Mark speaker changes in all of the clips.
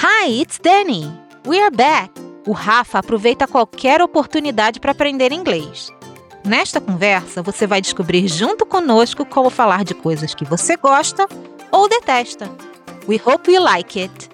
Speaker 1: Hi, it's Danny. We are back. O Rafa aproveita qualquer oportunidade para aprender inglês. Nesta conversa, você vai descobrir junto conosco como falar de coisas que você gosta ou detesta. We hope you like it.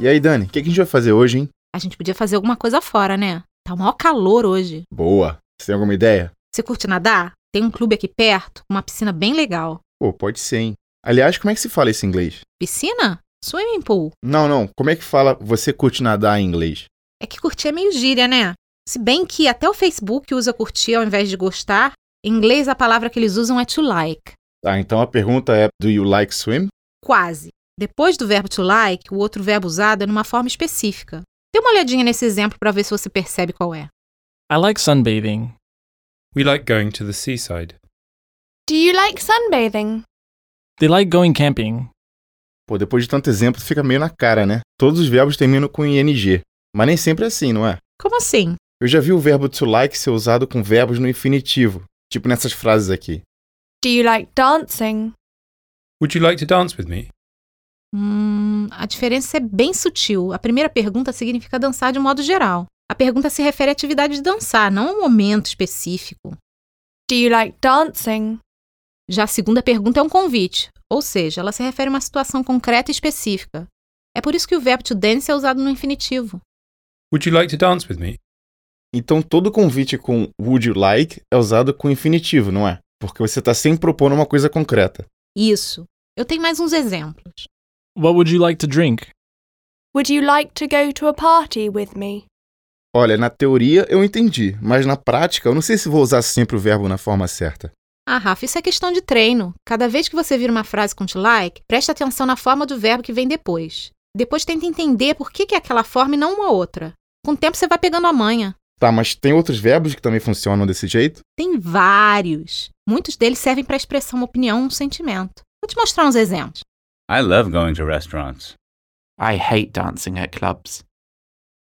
Speaker 2: E aí, Dani, o que, que a gente vai fazer hoje, hein?
Speaker 1: A gente podia fazer alguma coisa fora, né? Tá o maior calor hoje.
Speaker 2: Boa. Você tem alguma ideia?
Speaker 1: Você curte nadar? Tem um clube aqui perto, uma piscina bem legal.
Speaker 2: Pô, pode ser, hein? Aliás, como é que se fala esse inglês?
Speaker 1: Piscina? Swimming pool.
Speaker 2: Não, não. Como é que fala você curte nadar em inglês?
Speaker 1: É que curtir é meio gíria, né? Se bem que até o Facebook usa curtir ao invés de gostar, em inglês a palavra que eles usam é to like.
Speaker 2: Tá, então a pergunta é: Do you like swim?
Speaker 1: Quase. Depois do verbo to like, o outro verbo usado é numa forma específica. Dê uma olhadinha nesse exemplo para ver se você percebe qual é.
Speaker 3: I like sunbathing.
Speaker 4: We like going to the seaside.
Speaker 5: Do you like sunbathing?
Speaker 3: They like going camping.
Speaker 2: Pô, depois de tanto exemplo, fica meio na cara, né? Todos os verbos terminam com ing. Mas nem sempre é assim, não é?
Speaker 1: Como assim?
Speaker 2: Eu já vi o verbo to like ser usado com verbos no infinitivo, tipo nessas frases aqui.
Speaker 5: Do you like dancing?
Speaker 4: Would you like to dance with me?
Speaker 1: Hum, a diferença é bem sutil. A primeira pergunta significa dançar de modo geral. A pergunta se refere à atividade de dançar, não a um momento específico.
Speaker 5: Do you like dancing?
Speaker 1: Já a segunda pergunta é um convite, ou seja, ela se refere a uma situação concreta e específica. É por isso que o verbo to dance é usado no infinitivo.
Speaker 4: Would you like to dance with me?
Speaker 2: Então todo convite com would you like é usado com infinitivo, não é? Porque você está sempre propondo uma coisa concreta.
Speaker 1: Isso. Eu tenho mais uns exemplos.
Speaker 3: What would you like to drink?
Speaker 5: Would you like to go to a party with me?
Speaker 2: Olha, na teoria eu entendi, mas na prática eu não sei se vou usar sempre o verbo na forma certa.
Speaker 1: Ah, Rafa, isso é questão de treino. Cada vez que você vira uma frase com to like, preste atenção na forma do verbo que vem depois. Depois tenta entender por que que é aquela forma e não uma outra. Com o tempo você vai pegando a manha.
Speaker 2: Tá, mas tem outros verbos que também funcionam desse jeito?
Speaker 1: Tem vários. Muitos deles servem para expressar uma opinião, um sentimento. Vou te mostrar uns exemplos.
Speaker 6: I love going to restaurants.
Speaker 7: I hate dancing at clubs.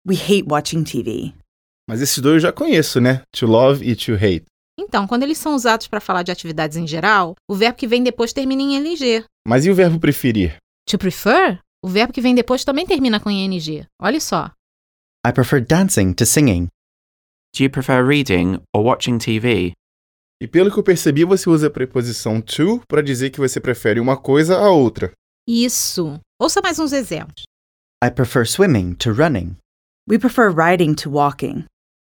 Speaker 8: We hate watching TV.
Speaker 2: Mas esses dois eu já conheço, né? To love e to hate.
Speaker 1: Então, quando eles são usados para falar de atividades em geral, o verbo que vem depois termina em ing.
Speaker 2: Mas e o verbo preferir?
Speaker 1: To prefer, o verbo que vem depois também termina com ing. Olha só.
Speaker 9: I prefer dancing to singing.
Speaker 7: Do you prefer reading or watching TV?
Speaker 2: E pelo que eu percebi, você usa a preposição to para dizer que você prefere uma coisa à outra.
Speaker 1: Isso. Ouça mais uns exemplos.
Speaker 9: I prefer swimming to running.
Speaker 8: We prefer riding to walking.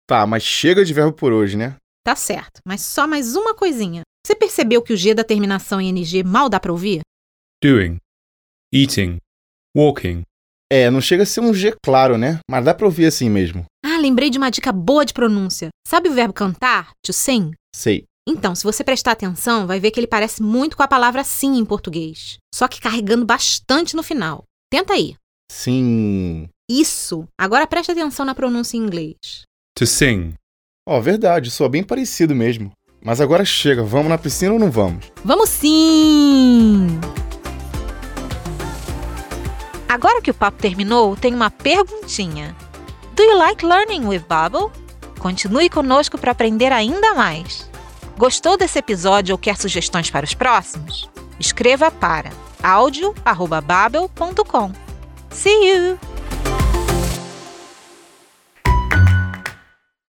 Speaker 2: Tá, mas chega de verbo por hoje, né?
Speaker 1: Tá certo, mas só mais uma coisinha. Você percebeu que o G da terminação em ing mal dá para ouvir?
Speaker 4: Doing. Eating. Walking.
Speaker 2: É, não chega a ser um G claro, né? Mas dá pra ouvir assim mesmo.
Speaker 1: Ah, lembrei de uma dica boa de pronúncia. Sabe o verbo cantar? To sing?
Speaker 2: Sei.
Speaker 1: Então, se você prestar atenção, vai ver que ele parece muito com a palavra sim em português, só que carregando bastante no final. Tenta aí.
Speaker 2: Sim.
Speaker 1: Isso. Agora preste atenção na pronúncia em inglês.
Speaker 4: To sing.
Speaker 2: Ó, verdade, soa bem parecido mesmo. Mas agora chega, vamos na piscina ou não vamos?
Speaker 1: Vamos sim! Agora que o papo terminou, tem uma perguntinha. Do you like learning with Babbel? Continue conosco para aprender ainda mais. Gostou desse episódio ou quer sugestões para os próximos? Escreva para audio@babbel.com. See you!